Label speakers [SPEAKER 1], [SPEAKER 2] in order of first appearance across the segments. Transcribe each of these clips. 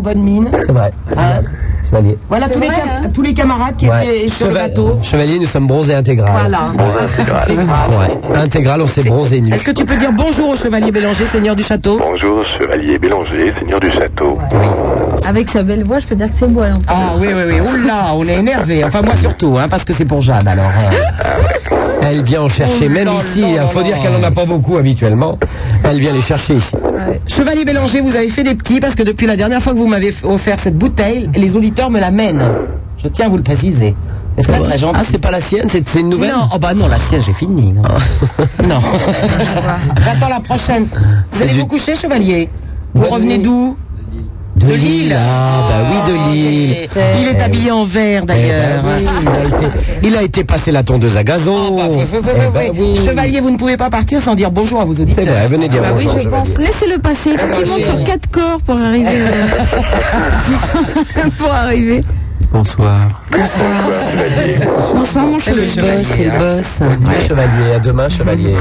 [SPEAKER 1] bonne mine.
[SPEAKER 2] C'est vrai.
[SPEAKER 1] Hein
[SPEAKER 2] Chevalier.
[SPEAKER 1] Voilà tous les,
[SPEAKER 3] vrai,
[SPEAKER 1] cam-
[SPEAKER 3] hein.
[SPEAKER 1] tous les camarades qui
[SPEAKER 2] Ouais.
[SPEAKER 1] étaient sur le
[SPEAKER 2] Cheva-
[SPEAKER 1] bateau.
[SPEAKER 2] Chevalier, nous sommes bronzés intégral.
[SPEAKER 1] Voilà.
[SPEAKER 2] Ouais. Intégral, on s'est bronzé nu.
[SPEAKER 1] Est-ce que tu peux dire bonjour au chevalier Bélanger, seigneur du château
[SPEAKER 4] Bonjour, chevalier Bélanger, seigneur du château.
[SPEAKER 3] Avec sa belle voix, je peux dire que c'est moi. là.
[SPEAKER 1] Ah oui, oui, oui. Oula, on est énervé. Enfin, moi surtout, hein, parce que c'est pour Jeanne alors. hein.
[SPEAKER 2] Elle vient en chercher,
[SPEAKER 1] Oh
[SPEAKER 2] même
[SPEAKER 1] là
[SPEAKER 2] ici.
[SPEAKER 1] là
[SPEAKER 2] Il
[SPEAKER 1] là
[SPEAKER 2] faut
[SPEAKER 1] là.
[SPEAKER 2] dire qu'elle en a pas beaucoup habituellement. Elle vient les chercher ici.
[SPEAKER 1] Chevalier Bélanger, vous avez fait des petits parce que depuis la dernière fois que vous m'avez f- offert cette bouteille, les auditeurs me la mènent. Je tiens à vous le préciser. C'est très très gentil.
[SPEAKER 2] Ah, c'est pas la sienne, c'est c'est une nouvelle
[SPEAKER 1] non, oh bah non, la sienne, j'ai fini. Non. Non. J'attends la prochaine. Vous allez
[SPEAKER 2] du-
[SPEAKER 1] vous coucher, chevalier Vous
[SPEAKER 2] Bonne
[SPEAKER 1] revenez
[SPEAKER 2] nuit.
[SPEAKER 1] d'où
[SPEAKER 2] De Lille. Ah, bah oui, de Lille.
[SPEAKER 1] Oh, Il est habillé en vert
[SPEAKER 2] Eh ben
[SPEAKER 1] d'ailleurs.
[SPEAKER 2] oui, il, a été, il a été passé la tondeuse à gazon.
[SPEAKER 1] Oh, bah, oui, oui, oui,
[SPEAKER 2] Eh
[SPEAKER 1] oui,
[SPEAKER 2] ben
[SPEAKER 1] oui.
[SPEAKER 2] oui.
[SPEAKER 1] Chevalier, vous ne pouvez pas partir sans dire bonjour à vos auditeurs. Ah,
[SPEAKER 2] C'est vrai, venez dire
[SPEAKER 3] Bah oui,
[SPEAKER 2] bonjour.
[SPEAKER 3] je
[SPEAKER 2] Chevalier.
[SPEAKER 3] pense. Laissez-le passer. Il faut qu'il monte sur quatre corps pour arriver. euh, pour arriver.
[SPEAKER 5] Bonsoir.
[SPEAKER 3] Bonsoir, mon chevalier.
[SPEAKER 1] le
[SPEAKER 3] C'est le boss, c'est le boss.
[SPEAKER 2] Adieu, chevalier, à demain, chevalier.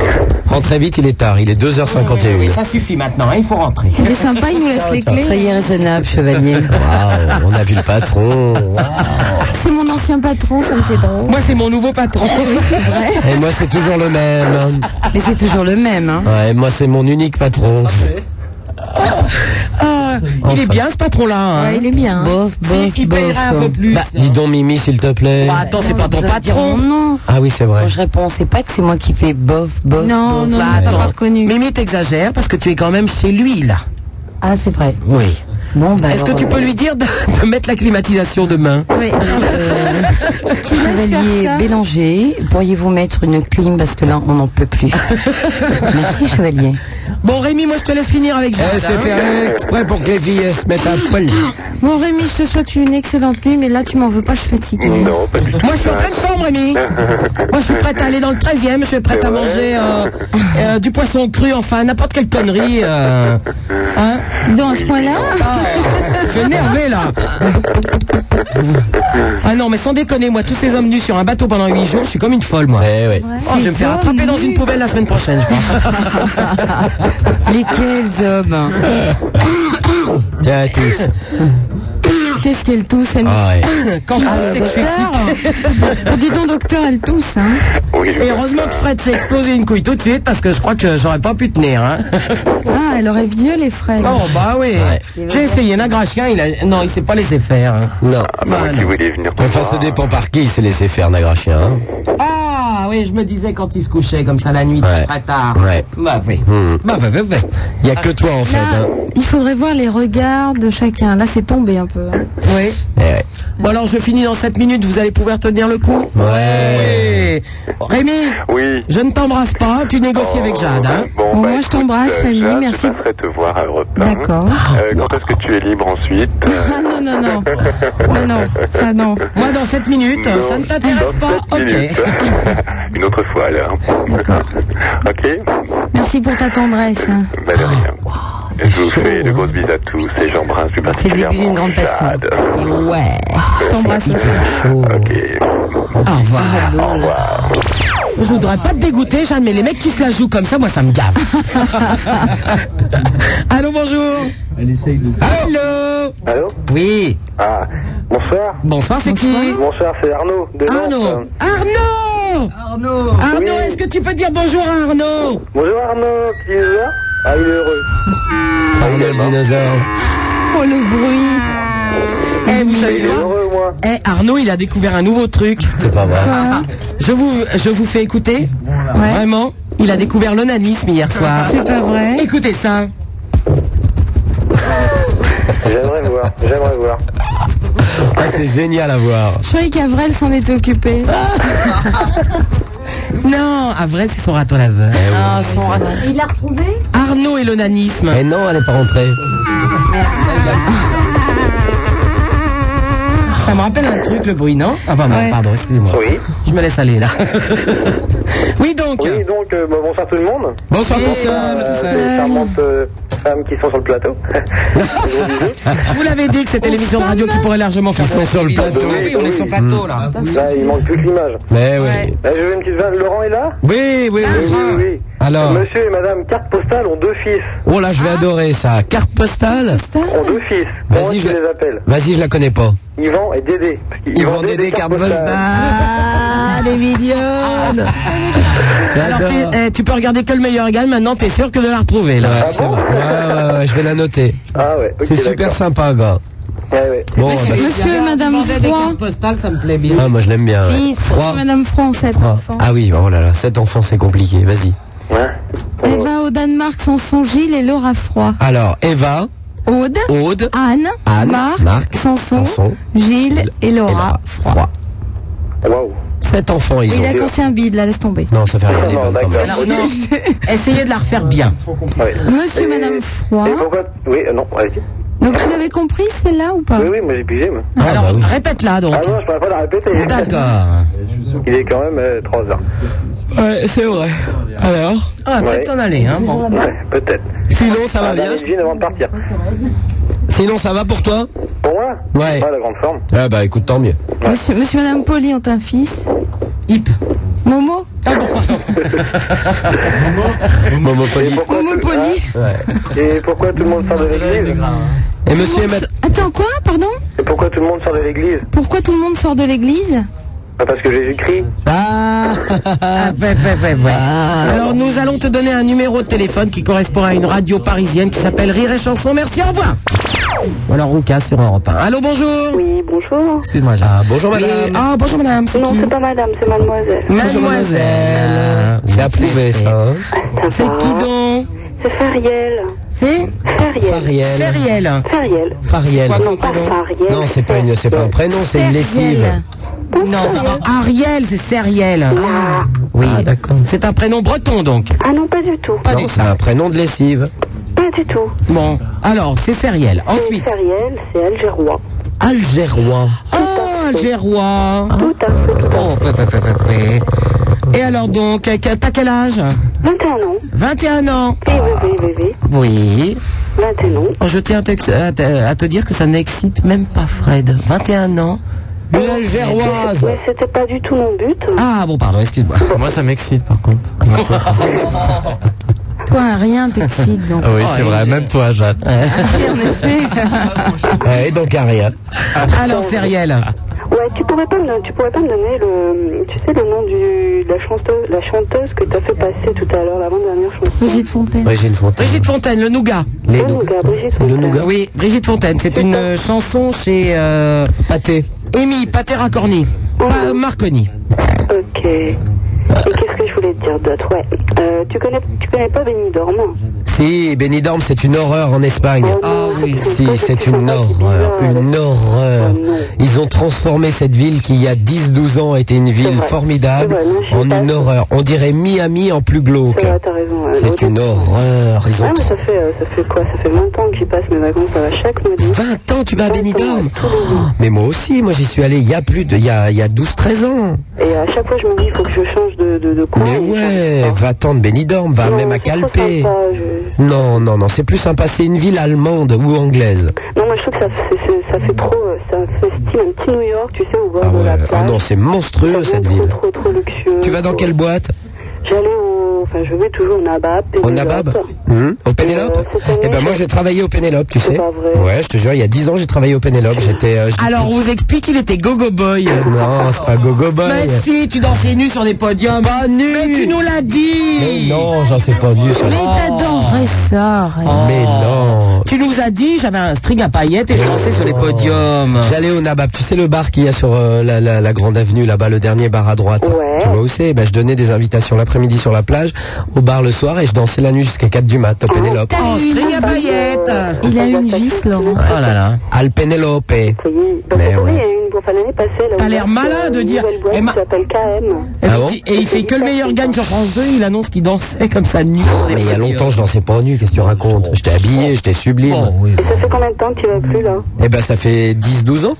[SPEAKER 2] Rentrez vite, il est tard, il est 2h51.
[SPEAKER 1] Oui, ça suffit maintenant, hein, il faut rentrer.
[SPEAKER 3] Il est sympa, il nous laisse les clés.
[SPEAKER 6] Soyez raisonnable, chevalier.
[SPEAKER 2] Waouh, on a vu le patron.
[SPEAKER 3] C'est mon ancien patron, ça me fait drôle.
[SPEAKER 1] Moi, c'est mon nouveau patron.
[SPEAKER 2] Et moi, c'est toujours le même.
[SPEAKER 6] Mais c'est toujours le même. Hein.
[SPEAKER 2] Ouais, moi, c'est mon unique patron.
[SPEAKER 1] Ah, il est bien ce patron-là. hein.
[SPEAKER 3] Ouais, il est bien. hein.
[SPEAKER 6] Bof,
[SPEAKER 1] Si,
[SPEAKER 6] bof,
[SPEAKER 1] il
[SPEAKER 6] bof.
[SPEAKER 1] paiera un peu plus.
[SPEAKER 2] Bah, dis donc, Mimi, s'il te plaît.
[SPEAKER 1] Bah, attends, c'est pas ton
[SPEAKER 6] Vous allez dire mon
[SPEAKER 1] patron.
[SPEAKER 6] nom.
[SPEAKER 2] Ah oui, c'est vrai.
[SPEAKER 6] Quand je réponds, c'est pas que c'est moi qui fais bof, bof.
[SPEAKER 3] Non,
[SPEAKER 6] bof.
[SPEAKER 3] non,
[SPEAKER 1] Bah,
[SPEAKER 3] non, t'as
[SPEAKER 1] attends.
[SPEAKER 3] pas reconnu.
[SPEAKER 1] Mimi t'exagères parce que tu es quand même chez lui là.
[SPEAKER 6] Ah, c'est vrai.
[SPEAKER 1] Oui.
[SPEAKER 6] Bon, bah.
[SPEAKER 1] Est-ce que
[SPEAKER 6] alors, euh,
[SPEAKER 1] tu peux lui dire de, de mettre la climatisation demain
[SPEAKER 3] Oui. Qui laisse
[SPEAKER 6] Chevalier
[SPEAKER 3] faire ça
[SPEAKER 6] Bélanger, pourriez-vous mettre une clim parce que là, on n'en peut plus. Merci, chevalier.
[SPEAKER 1] Bon Rémi, moi je te laisse finir avec Jeanne.
[SPEAKER 2] Eh, c'est
[SPEAKER 1] hein.
[SPEAKER 2] fait exprès pour que les filles elles se mettent à poil.
[SPEAKER 3] Bon Rémi, je te souhaite une excellente nuit, mais là tu m'en veux pas, je suis fatiguée.
[SPEAKER 4] Non, pas du tout.
[SPEAKER 1] Moi je suis en train de forme Rémi. Moi je suis prête à aller dans le 13e, je suis prête
[SPEAKER 4] C'est
[SPEAKER 1] à
[SPEAKER 4] vrai
[SPEAKER 1] manger euh, euh, du poisson cru, enfin n'importe quelle connerie. euh. Hein
[SPEAKER 3] Dans à ce
[SPEAKER 1] Oh,
[SPEAKER 3] point-là
[SPEAKER 1] Je suis énervé là. Ah non mais sans déconner, moi tous ces hommes nus sur un bateau pendant 8 jours, je suis comme une folle moi.
[SPEAKER 2] Ouais, ouais.
[SPEAKER 1] Oh, je vais me faire attraper dans une poubelle la semaine prochaine, je crois.
[SPEAKER 6] Lesquels hommes
[SPEAKER 2] Tiens, à tous.
[SPEAKER 3] Qu'est-ce qu'elle tousse elle...
[SPEAKER 2] Ah, ouais.
[SPEAKER 1] Quand je sais que je suis
[SPEAKER 3] Ah, Dis donc docteur, elle tousse. Hein.
[SPEAKER 4] Oui,
[SPEAKER 1] Et heureusement que Fred s'est explosé une couille tout de suite parce que je crois que j'aurais pas pu tenir. Hein.
[SPEAKER 3] Ah, elle aurait vieux les frères.
[SPEAKER 1] Oh bah oui. J'ai essayé Nagrachien, il a... non, il s'est pas laissé faire. hein.
[SPEAKER 2] Non.
[SPEAKER 4] Ah, bah,
[SPEAKER 1] Voilà.
[SPEAKER 4] qui voulait venir tout
[SPEAKER 2] Enfin, ça dépend par qui il s'est laissé faire, Nagrachien. hein.
[SPEAKER 1] Ah oui, je me disais quand il se couchait comme ça la nuit,
[SPEAKER 2] Ouais.
[SPEAKER 1] très tard.
[SPEAKER 2] Ouais.
[SPEAKER 1] Bah oui.
[SPEAKER 2] Hmm.
[SPEAKER 1] Bah bah bah, bah.
[SPEAKER 2] Il y a que toi, en fait.
[SPEAKER 3] Là,
[SPEAKER 2] hein.
[SPEAKER 3] il faudrait voir les regards de chacun. Là, c'est tombé un peu. hein.
[SPEAKER 1] Ah, Oui.
[SPEAKER 2] Eh ouais.
[SPEAKER 1] Bon alors je finis dans 7 minutes, vous allez pouvoir tenir le coup
[SPEAKER 2] Ouais.
[SPEAKER 1] Oui. Rémi,
[SPEAKER 4] Oui. Oh, ben,
[SPEAKER 1] je ne t'embrasse pas, tu négocies avec Jade. Hein.
[SPEAKER 4] Bon,
[SPEAKER 3] Bon, moi, je t'embrasse,
[SPEAKER 4] écoute, euh,
[SPEAKER 3] Rémi,
[SPEAKER 4] Jade,
[SPEAKER 3] merci.
[SPEAKER 4] Je passerai te voir à Europe 1.
[SPEAKER 3] D'accord.
[SPEAKER 4] Euh, quand est-ce que tu es libre ensuite
[SPEAKER 3] Ah non, non, non. Non, non, ça non.
[SPEAKER 1] Moi dans 7 minutes,
[SPEAKER 4] Non,
[SPEAKER 1] ça ne t'intéresse
[SPEAKER 4] Euh, dans
[SPEAKER 1] pas
[SPEAKER 4] sept minutes.
[SPEAKER 1] Ok.
[SPEAKER 4] Une autre fois alors.
[SPEAKER 3] D'accord.
[SPEAKER 4] Ok
[SPEAKER 3] Merci pour ta tendresse. hein.
[SPEAKER 4] Bah, de rien.
[SPEAKER 1] Oh,
[SPEAKER 4] je vous fais de grosses bises à tous et j'embrasse plus
[SPEAKER 6] C'est le début
[SPEAKER 4] particulièrement
[SPEAKER 6] d'une grande passion.
[SPEAKER 4] Jade.
[SPEAKER 6] Ouais.
[SPEAKER 3] Je t'embrasse aussi.
[SPEAKER 4] Ok.
[SPEAKER 1] Au revoir. Je voudrais pas te dégoûter, Jeanne, mais les mecs qui se la jouent comme ça, moi, ça me gave. Allô, bonjour. Allô.
[SPEAKER 7] Allô
[SPEAKER 1] Oui.
[SPEAKER 7] Ah, bonsoir.
[SPEAKER 1] Bonsoir, c'est qui
[SPEAKER 7] Bonsoir, c'est Arnaud de Nantes.
[SPEAKER 1] Arnaud. Arnaud Arnaud Arnaud, est-ce que tu peux dire bonjour à Arnaud
[SPEAKER 7] Bonjour Arnaud, tu es là Ah, il est heureux.
[SPEAKER 2] Parle le dinosaure.
[SPEAKER 3] Oh le bruit.
[SPEAKER 1] Eh, vous savez
[SPEAKER 7] Il est
[SPEAKER 1] quoi
[SPEAKER 7] heureux, moi.
[SPEAKER 1] Eh, Arnaud, il a découvert un nouveau truc.
[SPEAKER 2] C'est pas vrai.
[SPEAKER 1] Je vous, je vous fais écouter.
[SPEAKER 3] Ouais.
[SPEAKER 1] Vraiment, il a découvert l'onanisme hier soir.
[SPEAKER 3] C'est pas vrai.
[SPEAKER 1] Écoutez ça.
[SPEAKER 7] J'aimerais voir, j'aimerais voir.
[SPEAKER 2] Ah, c'est génial à voir.
[SPEAKER 3] Je croyais qu'Avrel s'en était occupé.
[SPEAKER 1] Non, à vrai, c'est son raton laveur.
[SPEAKER 6] Ah, son raton.
[SPEAKER 1] Arnaud et l'onanisme.
[SPEAKER 2] Eh non, elle est pas rentrée.
[SPEAKER 1] Ça me rappelle un truc, le bruit, non Enfin, bon,
[SPEAKER 3] Ouais.
[SPEAKER 1] pardon, excusez-moi.
[SPEAKER 7] Oui.
[SPEAKER 1] Je me laisse aller, là. oui, donc.
[SPEAKER 7] Oui, donc, euh, bah, bonsoir tout le monde.
[SPEAKER 1] Bonsoir,
[SPEAKER 7] Euh,
[SPEAKER 1] bonsoir.
[SPEAKER 7] les charmantes euh, femmes qui sont sur le plateau. Gros bisous.
[SPEAKER 1] Je vous l'avais dit que c'était l'émission de radio qui pourrait largement faire
[SPEAKER 2] sont sur le
[SPEAKER 1] plateau.
[SPEAKER 2] plateau.
[SPEAKER 1] Oui, on est sur le plateau, là.
[SPEAKER 7] Hmm. Là, il manque plus que l'image.
[SPEAKER 2] Mais oui.
[SPEAKER 7] Là, je veux une petite vanne. Laurent est là
[SPEAKER 2] Ah, Oui, oui, oui.
[SPEAKER 7] Oui, oui, oui.
[SPEAKER 2] Alors,
[SPEAKER 7] Monsieur et Madame Carte Postale ont deux fils.
[SPEAKER 2] oh là, je vais adorer ça. Carte postale
[SPEAKER 7] Ont deux fils. Comment
[SPEAKER 2] Vas-y,
[SPEAKER 7] tu
[SPEAKER 2] je la-
[SPEAKER 7] les appelles
[SPEAKER 2] Vas-y, je la connais pas.
[SPEAKER 7] Yvan et Dédé. Parce qu'ils
[SPEAKER 2] Ils
[SPEAKER 7] vendent
[SPEAKER 2] vont des cartes postales. Elle est mignonne.
[SPEAKER 1] Ah, Alors,
[SPEAKER 2] J'adore.
[SPEAKER 1] tu, eh, tu peux regarder que le meilleur égal maintenant, t'es sûr que de la retrouver là.
[SPEAKER 7] Ah
[SPEAKER 2] C'est
[SPEAKER 7] bon
[SPEAKER 2] vrai. Ouais, ouais, ouais, je vais la noter.
[SPEAKER 7] Ah ouais. ok,
[SPEAKER 2] C'est super
[SPEAKER 7] d'accord.
[SPEAKER 2] sympa, gars.
[SPEAKER 7] Ouais, ouais.
[SPEAKER 2] Bon, bah,
[SPEAKER 3] Monsieur et Madame Froid.
[SPEAKER 1] postale, ça me plaît bien.
[SPEAKER 2] ah, moi je l'aime bien. ouais.
[SPEAKER 3] Fils. Monsieur
[SPEAKER 2] Froid.
[SPEAKER 3] et Madame Froid ont sept
[SPEAKER 2] Froid.
[SPEAKER 3] enfants.
[SPEAKER 2] Ah oui, oh là là, cet enfant c'est compliqué, vas-y.
[SPEAKER 7] Hein
[SPEAKER 3] Eva au Danemark sont son Gilles et Laura Froid.
[SPEAKER 2] Alors, Eva,
[SPEAKER 3] Aude,
[SPEAKER 2] Aude,
[SPEAKER 1] Ah,
[SPEAKER 3] Anne,
[SPEAKER 2] Anne,
[SPEAKER 3] Marc,
[SPEAKER 2] Marc,
[SPEAKER 3] Samson,
[SPEAKER 2] Samson,
[SPEAKER 3] Gilles et Laura.
[SPEAKER 2] Eva, Froid.
[SPEAKER 7] Ah, Waouh.
[SPEAKER 2] Sept enfants ils
[SPEAKER 3] Il a
[SPEAKER 2] ont.
[SPEAKER 3] cassé un bide, là, laisse tomber.
[SPEAKER 2] Non, ça fait rien. les
[SPEAKER 7] Non,
[SPEAKER 2] bonnes, quand même.
[SPEAKER 7] d'accord.
[SPEAKER 1] Alors, Ah, non, essayez de la refaire bien.
[SPEAKER 7] Ouais.
[SPEAKER 3] Monsieur et
[SPEAKER 7] Et-
[SPEAKER 3] Madame Froid.
[SPEAKER 7] Et pourquoi Oui, euh, non, allez-y.
[SPEAKER 3] Donc tu l'avais compris celle-là ou pas
[SPEAKER 7] Oui, oui, moi j'ai pigé. moi.
[SPEAKER 2] Ah,
[SPEAKER 1] Alors, euh,
[SPEAKER 2] bah oui.
[SPEAKER 1] répète-la donc.
[SPEAKER 7] Ah non, je pourrais pas la répéter.
[SPEAKER 1] D'accord.
[SPEAKER 7] Il est quand même 3 heures.
[SPEAKER 2] Ouais, c'est vrai. Alors
[SPEAKER 1] Ah, peut-être
[SPEAKER 7] Ouais.
[SPEAKER 1] s'en aller. Hein, bon.
[SPEAKER 7] Ouais, peut-être.
[SPEAKER 2] Sinon, ça va
[SPEAKER 7] Ah,
[SPEAKER 2] bien
[SPEAKER 7] dernier jean avant de partir.
[SPEAKER 2] Sinon, ça va pour toi
[SPEAKER 7] Pour moi
[SPEAKER 2] Ouais.
[SPEAKER 7] Pas la grande forme.
[SPEAKER 2] Ah bah écoute, tant mieux.
[SPEAKER 3] Monsieur, Monsieur et Madame Poli ont un fils.
[SPEAKER 1] Hip.
[SPEAKER 3] Momo
[SPEAKER 2] Momopoly.
[SPEAKER 3] Momo Poli.
[SPEAKER 7] Et pourquoi tout le monde sort de l'église
[SPEAKER 2] Et monsieur et ma-
[SPEAKER 3] Attends, quoi Pardon
[SPEAKER 7] Et pourquoi tout le monde sort de l'église
[SPEAKER 3] Pourquoi tout le monde sort de l'église
[SPEAKER 7] Ah, Parce que Jésus-Christ.
[SPEAKER 2] Ah
[SPEAKER 1] Ah, ouais, ouais, ouais, ouais. Alors, nous allons te donner un numéro de téléphone qui correspond à une radio parisienne qui s'appelle Rire et Chanson. Merci, au revoir. Ou alors, Rouka sur Europe 1. Allô, bonjour.
[SPEAKER 5] Oui, bonjour.
[SPEAKER 1] Excuse-moi, j'ai-
[SPEAKER 2] Ah, bonjour
[SPEAKER 1] Oui,
[SPEAKER 2] madame.
[SPEAKER 1] Ah, bonjour, madame. c'est
[SPEAKER 5] Non,
[SPEAKER 1] qui
[SPEAKER 5] c'est pas madame, c'est mademoiselle.
[SPEAKER 1] Mademoiselle.
[SPEAKER 2] C'est approuvé ça. hein.
[SPEAKER 1] C'est qui donc
[SPEAKER 5] C'est Fariel.
[SPEAKER 1] C'est
[SPEAKER 5] Fariel.
[SPEAKER 2] Fariel.
[SPEAKER 1] Feriel.
[SPEAKER 5] Fariel.
[SPEAKER 2] Fariel.
[SPEAKER 5] Non, pas Fariel.
[SPEAKER 2] Non, c'est pas une, c'est pas un prénom, c'est une lessive.
[SPEAKER 3] Feriel.
[SPEAKER 1] Non, ça va. Ariel, c'est Seriel.
[SPEAKER 5] Ah.
[SPEAKER 1] Oui, d'accord. C'est un prénom breton donc.
[SPEAKER 5] Ah non, pas du tout.
[SPEAKER 1] Pas
[SPEAKER 2] Non,
[SPEAKER 1] du
[SPEAKER 2] c'est un prénom de lessive.
[SPEAKER 5] Pas du tout.
[SPEAKER 1] Bon, alors, c'est Seriel.
[SPEAKER 5] C'est
[SPEAKER 1] Ensuite,
[SPEAKER 5] Fariel, c'est algérois.
[SPEAKER 2] Algérois.
[SPEAKER 1] oh, algérois.
[SPEAKER 5] Tout à fait.
[SPEAKER 1] Oh, ouais, ouais, ouais, ouais, ouais. Et alors donc, euh, t'as quel âge
[SPEAKER 5] 21 ans.
[SPEAKER 1] 21 ans.
[SPEAKER 5] Eh oui, oui, oui, oui.
[SPEAKER 1] Oui.
[SPEAKER 5] 21 ans.
[SPEAKER 1] Oh, je tiens à t'ex- à te, à te dire que ça n'excite même pas Fred. 21 ans.
[SPEAKER 2] Une algéroise.
[SPEAKER 5] Mais c'était pas du tout mon but.
[SPEAKER 1] Ah bon, pardon, excuse-moi.
[SPEAKER 8] Moi, ça m'excite par contre.
[SPEAKER 3] Toi, un rien t'excite donc.
[SPEAKER 8] oui,
[SPEAKER 5] Oh,
[SPEAKER 1] c'est vrai,
[SPEAKER 8] Même toi, Jade.
[SPEAKER 3] En effet.
[SPEAKER 2] Ouais, donc à rien.
[SPEAKER 1] Alors, Seriel.
[SPEAKER 5] Ouais, tu pourrais pas me, tu pourrais pas me donner le, tu sais le nom du, la chanteuse, la chanteuse que t'as fait passer tout à l'heure, l'avant-dernière chanson.
[SPEAKER 3] Brigitte Fontaine.
[SPEAKER 2] Brigitte Fontaine.
[SPEAKER 1] Brigitte Fontaine, le nougat.
[SPEAKER 2] Les
[SPEAKER 5] Le
[SPEAKER 2] noms.
[SPEAKER 5] nougat, Brigitte
[SPEAKER 2] C'est le
[SPEAKER 5] Fontaine.
[SPEAKER 2] nougat.
[SPEAKER 1] Oui, Brigitte Fontaine, c'est une euh, chanson chez euh,
[SPEAKER 2] Pâté.
[SPEAKER 1] Amy Patera Corny. Pas euh, Marconi.
[SPEAKER 5] Ok. Et qu'est-ce que je voulais te dire d'autre Ouais. Euh, tu connais, tu connais pas Oh Benidorm
[SPEAKER 2] Si, Benidorm, c'est une horreur en Espagne.
[SPEAKER 5] Ah oui.
[SPEAKER 2] Si, c'est une horreur,
[SPEAKER 5] horreur.
[SPEAKER 2] une horreur. Ils ont transformé cette ville qui, il y a 10-12 ans, était une ville
[SPEAKER 5] vrai.
[SPEAKER 2] formidable
[SPEAKER 5] C'est vrai, non, je sais
[SPEAKER 2] en
[SPEAKER 5] pas.
[SPEAKER 2] une horreur. On dirait Miami en plus glauque.
[SPEAKER 5] Ouais, t'as raison. ouais.
[SPEAKER 2] C'est une horreur. Ils
[SPEAKER 5] Ah,
[SPEAKER 2] ont
[SPEAKER 5] mais ça fait, euh, ça fait quoi Ça fait 20 ans que j'y passe mes vacances, ça va chaque mois d'août.
[SPEAKER 2] 20 ans, tu vas à
[SPEAKER 5] 20 ans,
[SPEAKER 2] Benidorm
[SPEAKER 5] tous les
[SPEAKER 2] Oh, Mais moi aussi, moi j'y suis allé il y a plus de, il y a, il y a 12-13 ans.
[SPEAKER 5] Et à chaque fois, je me dis, il faut que je change de, de, de coin.
[SPEAKER 2] Mais ouais, va-t'en de Benidorm, va même à Calpé. Non, non, non, c'est plus sympa, c'est une ville allemande ou anglaise.
[SPEAKER 5] Non, moi, je trouve que ça, c'est- c'est- ça fait trop. euh, Ça fait style un petit New York, tu sais, au bord
[SPEAKER 2] Ah
[SPEAKER 5] de la
[SPEAKER 2] ouais,
[SPEAKER 5] plage.
[SPEAKER 2] ah non, c'est
[SPEAKER 5] Ça
[SPEAKER 2] monstrueux
[SPEAKER 5] devient
[SPEAKER 2] cette
[SPEAKER 5] trop,
[SPEAKER 2] ville.
[SPEAKER 5] Trop, trop, luxueux.
[SPEAKER 2] Tu vas dans quelle boîte
[SPEAKER 5] J'allais au. Enfin, je vais toujours au Nabab.
[SPEAKER 2] Au
[SPEAKER 5] Pénélope.
[SPEAKER 2] Nabab Hum, Au Pénélope
[SPEAKER 5] Euh, cette année,
[SPEAKER 2] Eh ben moi
[SPEAKER 5] je-
[SPEAKER 2] j'ai travaillé au Pénélope, tu
[SPEAKER 5] C'est
[SPEAKER 2] sais.
[SPEAKER 5] pas vrai.
[SPEAKER 2] Ouais, je te jure, il y a 10 ans j'ai travaillé au Pénélope. J'étais. euh, j'étais-
[SPEAKER 1] Alors, on vous explique, il était Gogo Boy.
[SPEAKER 2] Non, c'est pas Gogo Boy.
[SPEAKER 1] Mais si, tu dansais nu sur des podiums. Pas nu. Mais tu nous l'as dit.
[SPEAKER 2] Mais non, j'en sais pas mieux. ça.
[SPEAKER 3] Mais t'adorerais ça, arrête.
[SPEAKER 2] Mais non.
[SPEAKER 1] Oh. Tu nous as dit, j'avais un string à paillettes et je dansais sur les podiums.
[SPEAKER 2] J'allais au Nabab, tu sais le bar qu'il y a sur euh, la, la- la grande avenue là-bas, le dernier bar à droite.
[SPEAKER 5] Ouais.
[SPEAKER 2] Tu vois où c'est Ben, Je donnais des invitations l'après-midi sur la plage, au bar le soir et je dansais la nuit jusqu'à 4 du mat au
[SPEAKER 5] Ah,
[SPEAKER 2] Pénélope.
[SPEAKER 3] T'as
[SPEAKER 1] Oh,
[SPEAKER 3] eu
[SPEAKER 1] string à
[SPEAKER 3] une...
[SPEAKER 1] paillettes.
[SPEAKER 3] Il a eu une vis, Laurent.
[SPEAKER 1] Oh là là.
[SPEAKER 2] Al Pénélope.
[SPEAKER 5] Ça y est. Bah,
[SPEAKER 2] Mais
[SPEAKER 5] cette année,
[SPEAKER 2] ouais.
[SPEAKER 5] il y a eu une- enfin, l'année passée, là,
[SPEAKER 1] T'as l'air
[SPEAKER 5] où il y a
[SPEAKER 1] malin de
[SPEAKER 5] une euh,
[SPEAKER 1] dire,
[SPEAKER 5] nouvelle boîte
[SPEAKER 1] eh, ma-
[SPEAKER 5] qui s'appelle KM.
[SPEAKER 2] Ah bon
[SPEAKER 1] et il fait que le meilleur gagne sur France 2, il annonce qu'il dansait comme ça nu. sur des
[SPEAKER 2] Oh, Mais il y a
[SPEAKER 1] podiums.
[SPEAKER 2] longtemps je dansais pas nu, qu'est-ce que tu racontes J'étais habillé, j'étais sublime.
[SPEAKER 1] Bon, Oh, oui.
[SPEAKER 5] Et ça fait combien de temps que tu vas plus là
[SPEAKER 2] Eh ben ça fait 10-12 ans.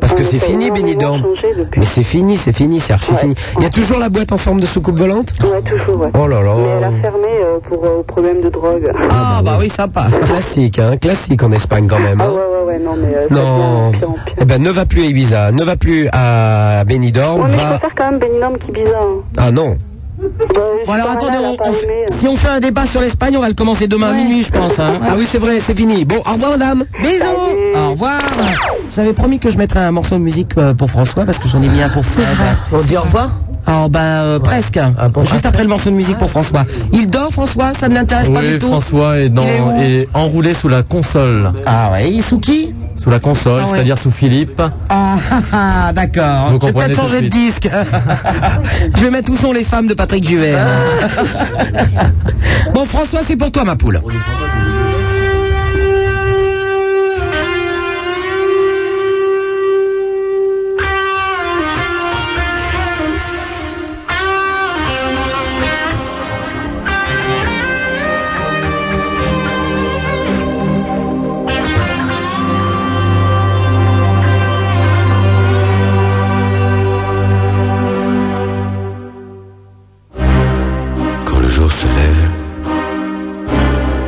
[SPEAKER 2] Parce que
[SPEAKER 5] Ouais,
[SPEAKER 2] c'est
[SPEAKER 5] ça a
[SPEAKER 2] fini
[SPEAKER 5] énormément
[SPEAKER 2] Benidorm.
[SPEAKER 5] changé depuis.
[SPEAKER 2] Mais c'est fini, c'est fini, c'est archi
[SPEAKER 5] Ouais.
[SPEAKER 2] fini. Il y a toujours la boîte en forme de soucoupe volante
[SPEAKER 5] Ouais, toujours, ouais.
[SPEAKER 2] Oh là là.
[SPEAKER 5] Mais elle a fermé euh, pour euh, problème de drogue.
[SPEAKER 1] Ah bah oui, sympa.
[SPEAKER 2] Classique, hein, classique en Espagne quand même.
[SPEAKER 5] Ah
[SPEAKER 2] hein.
[SPEAKER 5] ouais, ouais, ouais, non, mais euh, ça
[SPEAKER 2] Non.
[SPEAKER 5] devient de pire en pire.
[SPEAKER 2] Eh ben ne va plus à Ibiza, ne va plus à Benidorm,
[SPEAKER 5] Ouais, mais je
[SPEAKER 2] va
[SPEAKER 5] préfère quand même Benidorm qui bizarre. hein. Bah,
[SPEAKER 2] Ah non.
[SPEAKER 1] Bon alors attendez, on- on fait- si on fait un débat sur l'Espagne, on va le commencer demain à
[SPEAKER 3] Ouais.
[SPEAKER 1] minuit, je pense. hein.
[SPEAKER 2] Ah oui, c'est vrai, c'est fini. Bon, au revoir, madame.
[SPEAKER 1] Bisous Au revoir J'avais promis que je mettrais un morceau de musique euh, pour François parce que j'en ai mis un pour Fred.
[SPEAKER 2] On se dit au revoir
[SPEAKER 1] Alors bah euh, presque.
[SPEAKER 2] bon,
[SPEAKER 1] Juste après le morceau de musique pour François. Il dort François, ça ne l'intéresse pas du
[SPEAKER 8] Oui,
[SPEAKER 1] tout.
[SPEAKER 8] François est, dans,
[SPEAKER 1] Il est où
[SPEAKER 8] est enroulé sous la console.
[SPEAKER 1] Ah ouais, il est sous qui
[SPEAKER 8] Sous la console,
[SPEAKER 1] Ah ouais.
[SPEAKER 8] c'est-à-dire sous Philippe.
[SPEAKER 1] Ah, ah, ah, d'accord.
[SPEAKER 8] Vous
[SPEAKER 1] Je vais
[SPEAKER 8] comprenez
[SPEAKER 1] peut-être
[SPEAKER 8] tout de
[SPEAKER 1] changer de disque. je vais mettre où sont les femmes de Patrick Juvet. hein. bon François, c'est pour toi ma poule.
[SPEAKER 9] Quand le jour se lève,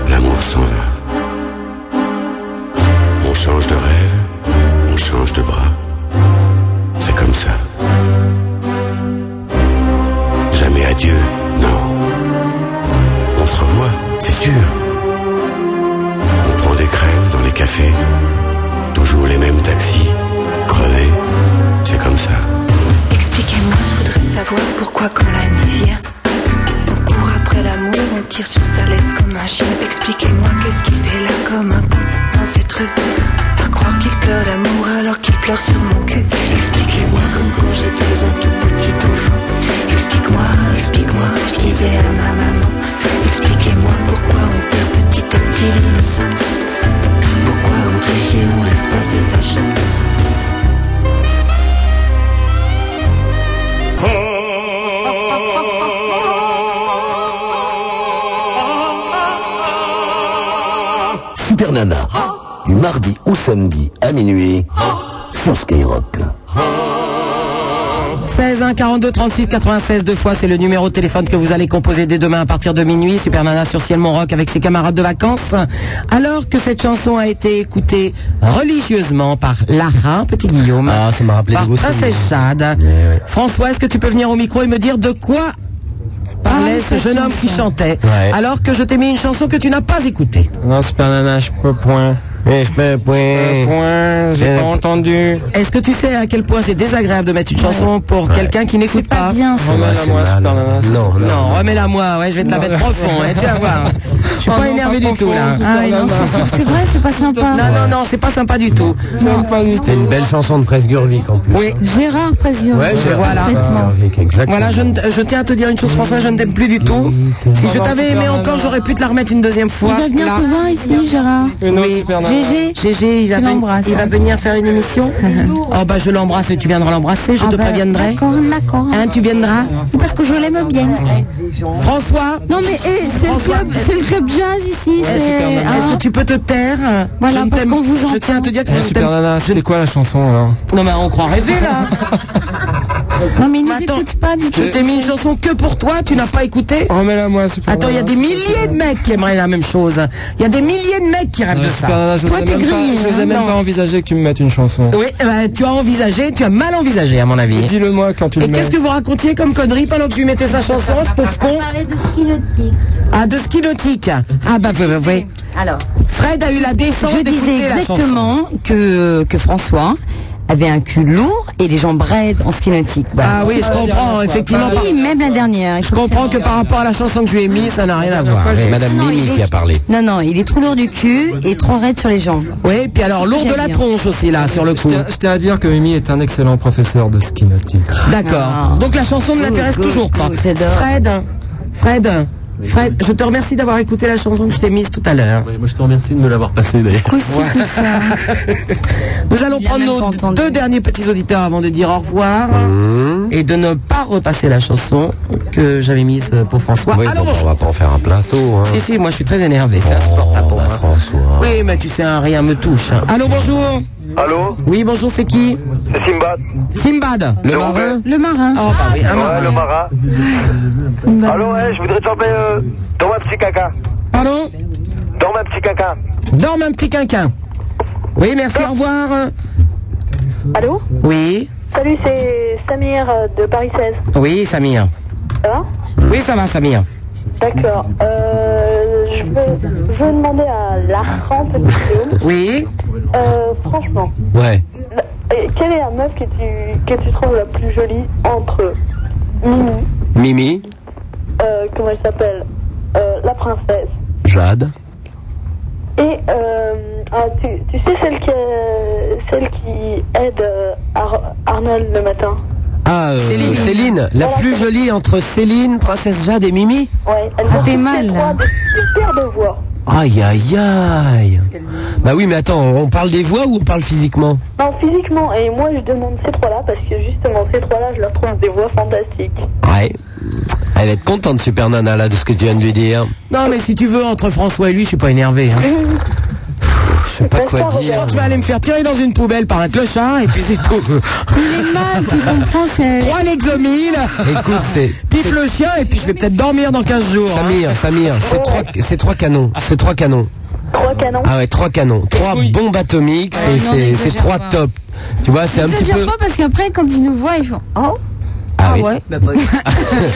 [SPEAKER 9] l'amour s'en va. On change de rêve, on change de bras. C'est comme ça. Jamais adieu, non. On se revoit, c'est sûr. On prend des crèmes dans les cafés. Toujours les mêmes taxis. Crevés, c'est comme ça.
[SPEAKER 10] Expliquez-moi, je voudrais savoir pourquoi quand la nuit vient, on court après l'amour, on tire sur sa laisse comme un chien. Expliquez-moi qu'est-ce qu'il fait là comme un con dans cette rue. Pas croire qu'il pleure d'amour alors qu'il pleure sur mon cul.
[SPEAKER 9] Expliquez-moi comme quand j'étais un tout petit enfant.
[SPEAKER 10] Explique-moi, explique-moi, je disais à ma maman. Expliquez-moi pourquoi on perd petit à petit l'innocence. Pourquoi on triche et on laisse passer sa chance.
[SPEAKER 11] Super Nana, du mardi au samedi à minuit sur Skyrock.
[SPEAKER 1] 16 1 42 36 96 deux fois, c'est le numéro de téléphone que vous allez composer dès demain à partir de minuit. Super Nana sur Ciel Mon Rock avec ses camarades de vacances. Alors que cette chanson a été écoutée religieusement par Lara, petit Guillaume,
[SPEAKER 2] Ah, ça m'a rappelé
[SPEAKER 1] par
[SPEAKER 2] des beaux souvenirs.
[SPEAKER 1] Princesse Jade. François, est-ce que tu peux venir au micro et me dire de quoi parlait
[SPEAKER 3] Ah,
[SPEAKER 1] ce
[SPEAKER 3] cette
[SPEAKER 1] jeune homme qui
[SPEAKER 3] chanson.
[SPEAKER 1] chantait
[SPEAKER 2] Ouais.
[SPEAKER 1] alors que je t'ai mis une chanson que tu n'as pas écoutée
[SPEAKER 8] Non, super nana, je peux point.
[SPEAKER 2] Eh, je peux,
[SPEAKER 8] Euh,
[SPEAKER 2] point.
[SPEAKER 8] Point, j'ai
[SPEAKER 2] Euh,
[SPEAKER 8] pas entendu.
[SPEAKER 1] Est-ce que tu sais à quel point c'est désagréable de mettre une chanson pour quelqu'un qui n'écoute
[SPEAKER 3] C'est pas
[SPEAKER 1] pas
[SPEAKER 3] bien ça.
[SPEAKER 8] Non, non,
[SPEAKER 2] Ouais,
[SPEAKER 8] non,
[SPEAKER 2] c'est
[SPEAKER 8] moi,
[SPEAKER 2] mal.
[SPEAKER 8] super nana, c'est-
[SPEAKER 2] Non, non.
[SPEAKER 1] Non, remets-la moi, ouais, je vais te la mettre profond, hein, tu vas voir. Je suis
[SPEAKER 8] Oh
[SPEAKER 1] pas
[SPEAKER 8] non,
[SPEAKER 1] énervé
[SPEAKER 8] pas
[SPEAKER 1] du tout là.
[SPEAKER 8] profond,
[SPEAKER 3] Ah oui, non, c'est sûr, c'est vrai, c'est pas sympa.
[SPEAKER 1] Non, non, non, c'est pas sympa du tout.
[SPEAKER 2] C'était une belle chanson de Presgurvic en plus.
[SPEAKER 1] Oui.
[SPEAKER 3] Gérard Prézieux.
[SPEAKER 2] Ouais,
[SPEAKER 1] Gérard voilà.
[SPEAKER 3] Parfaitement.
[SPEAKER 2] Presgurvic, exactement.
[SPEAKER 1] Voilà, je, ne- je tiens à te dire une chose, François, je ne t'aime plus du tout. Si je t'avais aimé encore, j'aurais pu te la remettre une deuxième
[SPEAKER 3] Il
[SPEAKER 1] fois.
[SPEAKER 3] va venir
[SPEAKER 1] Là.
[SPEAKER 3] te voir ici, Gérard.
[SPEAKER 8] Une autre
[SPEAKER 1] Oui.
[SPEAKER 8] super nana.
[SPEAKER 3] GG.
[SPEAKER 1] GG, il va,
[SPEAKER 3] Tu
[SPEAKER 1] ven-
[SPEAKER 3] l'embrasses,
[SPEAKER 1] il va
[SPEAKER 3] hein.
[SPEAKER 1] venir faire une émission. oh bah je l'embrasse et tu viendras l'embrasser, je
[SPEAKER 3] Ah
[SPEAKER 1] te
[SPEAKER 3] bah,
[SPEAKER 1] préviendrai.
[SPEAKER 3] D'accord, d'accord.
[SPEAKER 1] Hein, tu viendras
[SPEAKER 3] Ah, Parce que je l'aime bien.
[SPEAKER 1] François
[SPEAKER 3] Non mais eh, c'est le
[SPEAKER 1] François,
[SPEAKER 3] club, c'est le club jazz ici. c'est
[SPEAKER 1] est-ce
[SPEAKER 3] hein.
[SPEAKER 1] que tu peux te taire
[SPEAKER 3] Voilà,
[SPEAKER 1] Je ne
[SPEAKER 3] parce
[SPEAKER 1] t'aime-
[SPEAKER 3] qu'on vous
[SPEAKER 1] Je
[SPEAKER 3] entend.
[SPEAKER 1] tiens à te dire que
[SPEAKER 8] Eh,
[SPEAKER 1] je ne
[SPEAKER 8] super
[SPEAKER 1] t'aime-
[SPEAKER 8] nana, c'était quoi la chanson alors
[SPEAKER 1] Non mais on croit rêver là
[SPEAKER 3] Non mais il nous
[SPEAKER 1] Attends,
[SPEAKER 3] écoute pas du
[SPEAKER 1] Je
[SPEAKER 3] tout.
[SPEAKER 1] t'ai mis une chanson que pour toi, tu n'as pas écouté
[SPEAKER 8] Remets-la moi, super
[SPEAKER 1] Attends, il y a
[SPEAKER 8] nana.
[SPEAKER 1] des milliers de mecs qui aimeraient la même chose. Il y a des milliers de mecs qui rêvent de
[SPEAKER 8] Ouais, super
[SPEAKER 1] ça.
[SPEAKER 8] nana, je
[SPEAKER 3] Toi,
[SPEAKER 8] sais
[SPEAKER 3] t'es
[SPEAKER 8] même
[SPEAKER 3] grillé,
[SPEAKER 8] pas, je sais
[SPEAKER 3] hein,
[SPEAKER 8] même
[SPEAKER 1] non.
[SPEAKER 8] pas envisager que tu me mettes une chanson.
[SPEAKER 1] Oui, eh ben, tu as envisagé, tu as mal envisagé à mon avis.
[SPEAKER 8] Dis-le moi quand tu le
[SPEAKER 1] Et
[SPEAKER 8] mets.
[SPEAKER 1] qu'est-ce que vous racontiez comme connerie pendant que je lui mettais sa chanson, ce pauvre con
[SPEAKER 6] de ski nautique.
[SPEAKER 1] Ah, de ski nautique. Ah bah, oui, oui, oui.
[SPEAKER 6] Alors,
[SPEAKER 1] Fred a eu la décence
[SPEAKER 6] je
[SPEAKER 1] d'écouter
[SPEAKER 6] disais
[SPEAKER 1] la chanson.
[SPEAKER 6] exactement que, que François avait un cul lourd et les gens braides en ski nautique. Voilà.
[SPEAKER 1] Ah oui, je
[SPEAKER 8] bah,
[SPEAKER 1] comprends, effectivement. par-
[SPEAKER 6] Oui, même la dernière.
[SPEAKER 1] Je comprends que par rapport à la chanson que je lui ai mise, ça n'a rien à voir.
[SPEAKER 2] Ouais, Madame
[SPEAKER 6] Non,
[SPEAKER 2] Mimi
[SPEAKER 6] il est-
[SPEAKER 2] qui a parlé.
[SPEAKER 6] Non, non, il est trop lourd du cul et trop raide sur les jambes.
[SPEAKER 1] Oui, puis alors, lourd de la tronche aussi, là, sur le
[SPEAKER 8] Je
[SPEAKER 1] coup.
[SPEAKER 8] tiens- je tiens à dire que Mimi est un excellent professeur de ski nautique.
[SPEAKER 1] D'accord.
[SPEAKER 6] Ah.
[SPEAKER 1] Donc la chanson ne
[SPEAKER 6] Good,
[SPEAKER 1] l'intéresse
[SPEAKER 6] good,
[SPEAKER 1] toujours pas.
[SPEAKER 6] good, j'adore.
[SPEAKER 1] Fred, Fred, Fred, je te remercie d'avoir écouté la chanson que je t'ai mise tout à l'heure.
[SPEAKER 9] moi je te remercie de me l'avoir passé d'ailleurs.
[SPEAKER 6] Coup, c'est tout ça.
[SPEAKER 1] Nous allons
[SPEAKER 6] Il a
[SPEAKER 1] prendre
[SPEAKER 6] même pas
[SPEAKER 1] nos
[SPEAKER 6] entendu.
[SPEAKER 1] deux derniers petits auditeurs avant de dire au revoir et de ne pas repasser la chanson que j'avais mise pour François.
[SPEAKER 2] Oui,
[SPEAKER 1] Alors,
[SPEAKER 2] bon,
[SPEAKER 1] bonjour.
[SPEAKER 2] on va pas en faire un plateau. Hein.
[SPEAKER 1] si, si, moi je suis très énervé, c'est insupportable
[SPEAKER 2] Oh,
[SPEAKER 1] pour
[SPEAKER 2] bah,
[SPEAKER 1] moi.
[SPEAKER 2] François.
[SPEAKER 1] Oui, mais tu sais, hein, rien me touche. hein. Allô, bonjour.
[SPEAKER 7] Allô
[SPEAKER 1] Oui, bonjour, c'est qui
[SPEAKER 7] C'est Simbad
[SPEAKER 1] Simbad.
[SPEAKER 7] Le marin
[SPEAKER 3] Le marin.
[SPEAKER 1] Oh, bah oui, un
[SPEAKER 7] Ouais, le
[SPEAKER 1] marin.
[SPEAKER 7] marin. Allô, ouais, je voudrais te parler euh, dans ma petit caca.
[SPEAKER 1] Pardon
[SPEAKER 7] Dans ma petit caca.
[SPEAKER 1] Dorme un petit quinquin. Oui, merci, au revoir.
[SPEAKER 5] Allô
[SPEAKER 1] Oui,
[SPEAKER 5] Salut, c'est Samir euh, de Paris 16.
[SPEAKER 1] oui, Samir. Oui, ça va, Samir.
[SPEAKER 5] D'accord. Euh, je, vais, je vais demander à Laran, petit Guillaume.
[SPEAKER 1] Oui.
[SPEAKER 5] Euh, franchement,
[SPEAKER 2] Ouais.
[SPEAKER 5] euh, quelle est la meuf que tu, que tu trouves la plus jolie entre Mimi,
[SPEAKER 2] Mimi,
[SPEAKER 5] euh, comment elle s'appelle, euh, la princesse,
[SPEAKER 2] Jade.
[SPEAKER 5] et euh, ah, tu, tu sais celle qui, est- celle qui aide euh, Ar- Arnold le matin
[SPEAKER 2] Ah, euh, Céline. La plus jolie entre Céline, Princesse Jade et Mimi
[SPEAKER 5] Ouais,
[SPEAKER 1] Ah,
[SPEAKER 5] elle
[SPEAKER 3] t'es mal. là.
[SPEAKER 5] Super de voix.
[SPEAKER 2] Aïe, aïe, aïe. Bah oui, mais attends, on parle des voix ou on parle physiquement
[SPEAKER 5] Non, physiquement, et moi je demande ces trois-là parce que justement ces trois-là, je leur trouve des voix fantastiques.
[SPEAKER 2] Ouais. Elle va être contente, Super Nana, là, de ce que tu viens de lui dire.
[SPEAKER 1] Non, mais si tu veux, entre François et lui, je suis pas énervé. hein.
[SPEAKER 2] Je sais pas quoi dire.
[SPEAKER 1] Tu vas aller me faire tirer dans une poubelle par un clochard et puis c'est tout.
[SPEAKER 3] Il est mal, tu comprends, c'est...
[SPEAKER 1] Trois Lexomil,
[SPEAKER 2] Écoute, c'est...
[SPEAKER 1] pif le chien et puis je vais peut-être dormir dans 15 jours. hein.
[SPEAKER 2] Samir, Samir, c'est trois, c'est trois canons, c'est trois canons.
[SPEAKER 5] Trois canons.
[SPEAKER 2] Ah ouais, trois canons, trois bombes atomiques, c'est-
[SPEAKER 3] Ouais,
[SPEAKER 2] c'est
[SPEAKER 3] non,
[SPEAKER 2] c'est
[SPEAKER 3] n'exagère
[SPEAKER 2] trois
[SPEAKER 3] pas.
[SPEAKER 2] tops. Tu vois, c'est un petit
[SPEAKER 3] N'exagère
[SPEAKER 2] peu.
[SPEAKER 3] pas parce qu'après, quand ils nous voient, ils font Oh
[SPEAKER 2] Ah
[SPEAKER 3] Ah,
[SPEAKER 2] oui.
[SPEAKER 3] ouais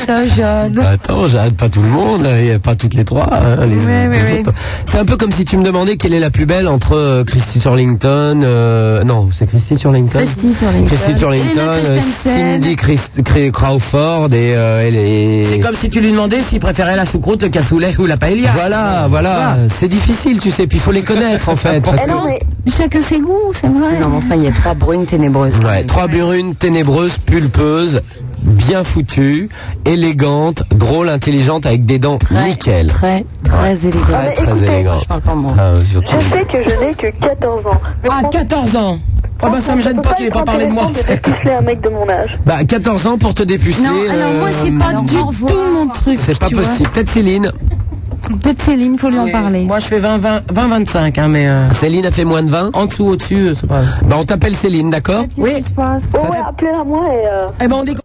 [SPEAKER 3] Ça, Jade.
[SPEAKER 2] Attends, j'arrête pas tout le monde, hein, et pas toutes les trois. hein, les
[SPEAKER 3] Ouais,
[SPEAKER 2] deux
[SPEAKER 3] ouais,
[SPEAKER 2] autres. C'est un peu comme si tu me demandais quelle est la plus belle entre euh, Christy Turlington, euh, non, c'est Christy Turlington.
[SPEAKER 3] Christy Turlington.
[SPEAKER 2] Christy Turlington,
[SPEAKER 3] Helena
[SPEAKER 2] euh,
[SPEAKER 3] Christensen.
[SPEAKER 2] Cindy Christ- Cray- Crawford et, euh, et les-
[SPEAKER 1] C'est comme si tu lui demandais s'il préférait la choucroute, le cassoulet ou la paella.
[SPEAKER 2] Voilà,
[SPEAKER 1] Tu
[SPEAKER 2] voilà, c'est difficile, tu sais, puis il faut les connaître en fait. parce
[SPEAKER 5] Eh
[SPEAKER 2] que-
[SPEAKER 5] non, mais
[SPEAKER 3] Chacun ses goûts, c'est vrai.
[SPEAKER 6] Non, mais enfin, il y a trois brunes ténébreuses. quand
[SPEAKER 2] Ouais,
[SPEAKER 6] même.
[SPEAKER 2] trois burunes ténébreuses, pulpeuses, bien foutues, élégantes, drôles, intelligentes, avec des dents
[SPEAKER 6] Très,
[SPEAKER 2] nickel. Ah,
[SPEAKER 6] Très, très
[SPEAKER 2] Très,
[SPEAKER 6] élégant.
[SPEAKER 5] mais
[SPEAKER 2] très
[SPEAKER 5] écoutez,
[SPEAKER 2] élégant.
[SPEAKER 6] Je parle pas moi.
[SPEAKER 2] Ah, surtout-
[SPEAKER 5] je sais que je n'ai que 14 ans.
[SPEAKER 1] Ah,
[SPEAKER 5] Mais franchement,
[SPEAKER 1] 14 ans Oh bah ça me gêne pas qu'il ait pas parlé de moi en fait.
[SPEAKER 5] Je un mec de mon âge.
[SPEAKER 2] Bah, 14 ans pour te dépuceler.
[SPEAKER 3] Non, alors moi, c'est
[SPEAKER 2] euh,
[SPEAKER 3] pas
[SPEAKER 6] non.
[SPEAKER 3] du
[SPEAKER 6] Au revoir.
[SPEAKER 3] tout mon truc.
[SPEAKER 2] C'est pas
[SPEAKER 3] tu vois.
[SPEAKER 2] possible. Peut-être Céline.
[SPEAKER 3] Peut-être Céline, faut lui en
[SPEAKER 1] Oui.
[SPEAKER 3] parler.
[SPEAKER 1] Moi je fais 20, 20, 20 25, hein, mais euh,
[SPEAKER 2] Céline a fait moins de 20.
[SPEAKER 1] en dessous, au-dessus, euh, c'est pas.
[SPEAKER 2] Bah, on t'appelle Céline, d'accord
[SPEAKER 3] Qu'est-ce qui se passe
[SPEAKER 5] Oh ouais, appelez-la moi et... euh,
[SPEAKER 1] Eh ben on déconne.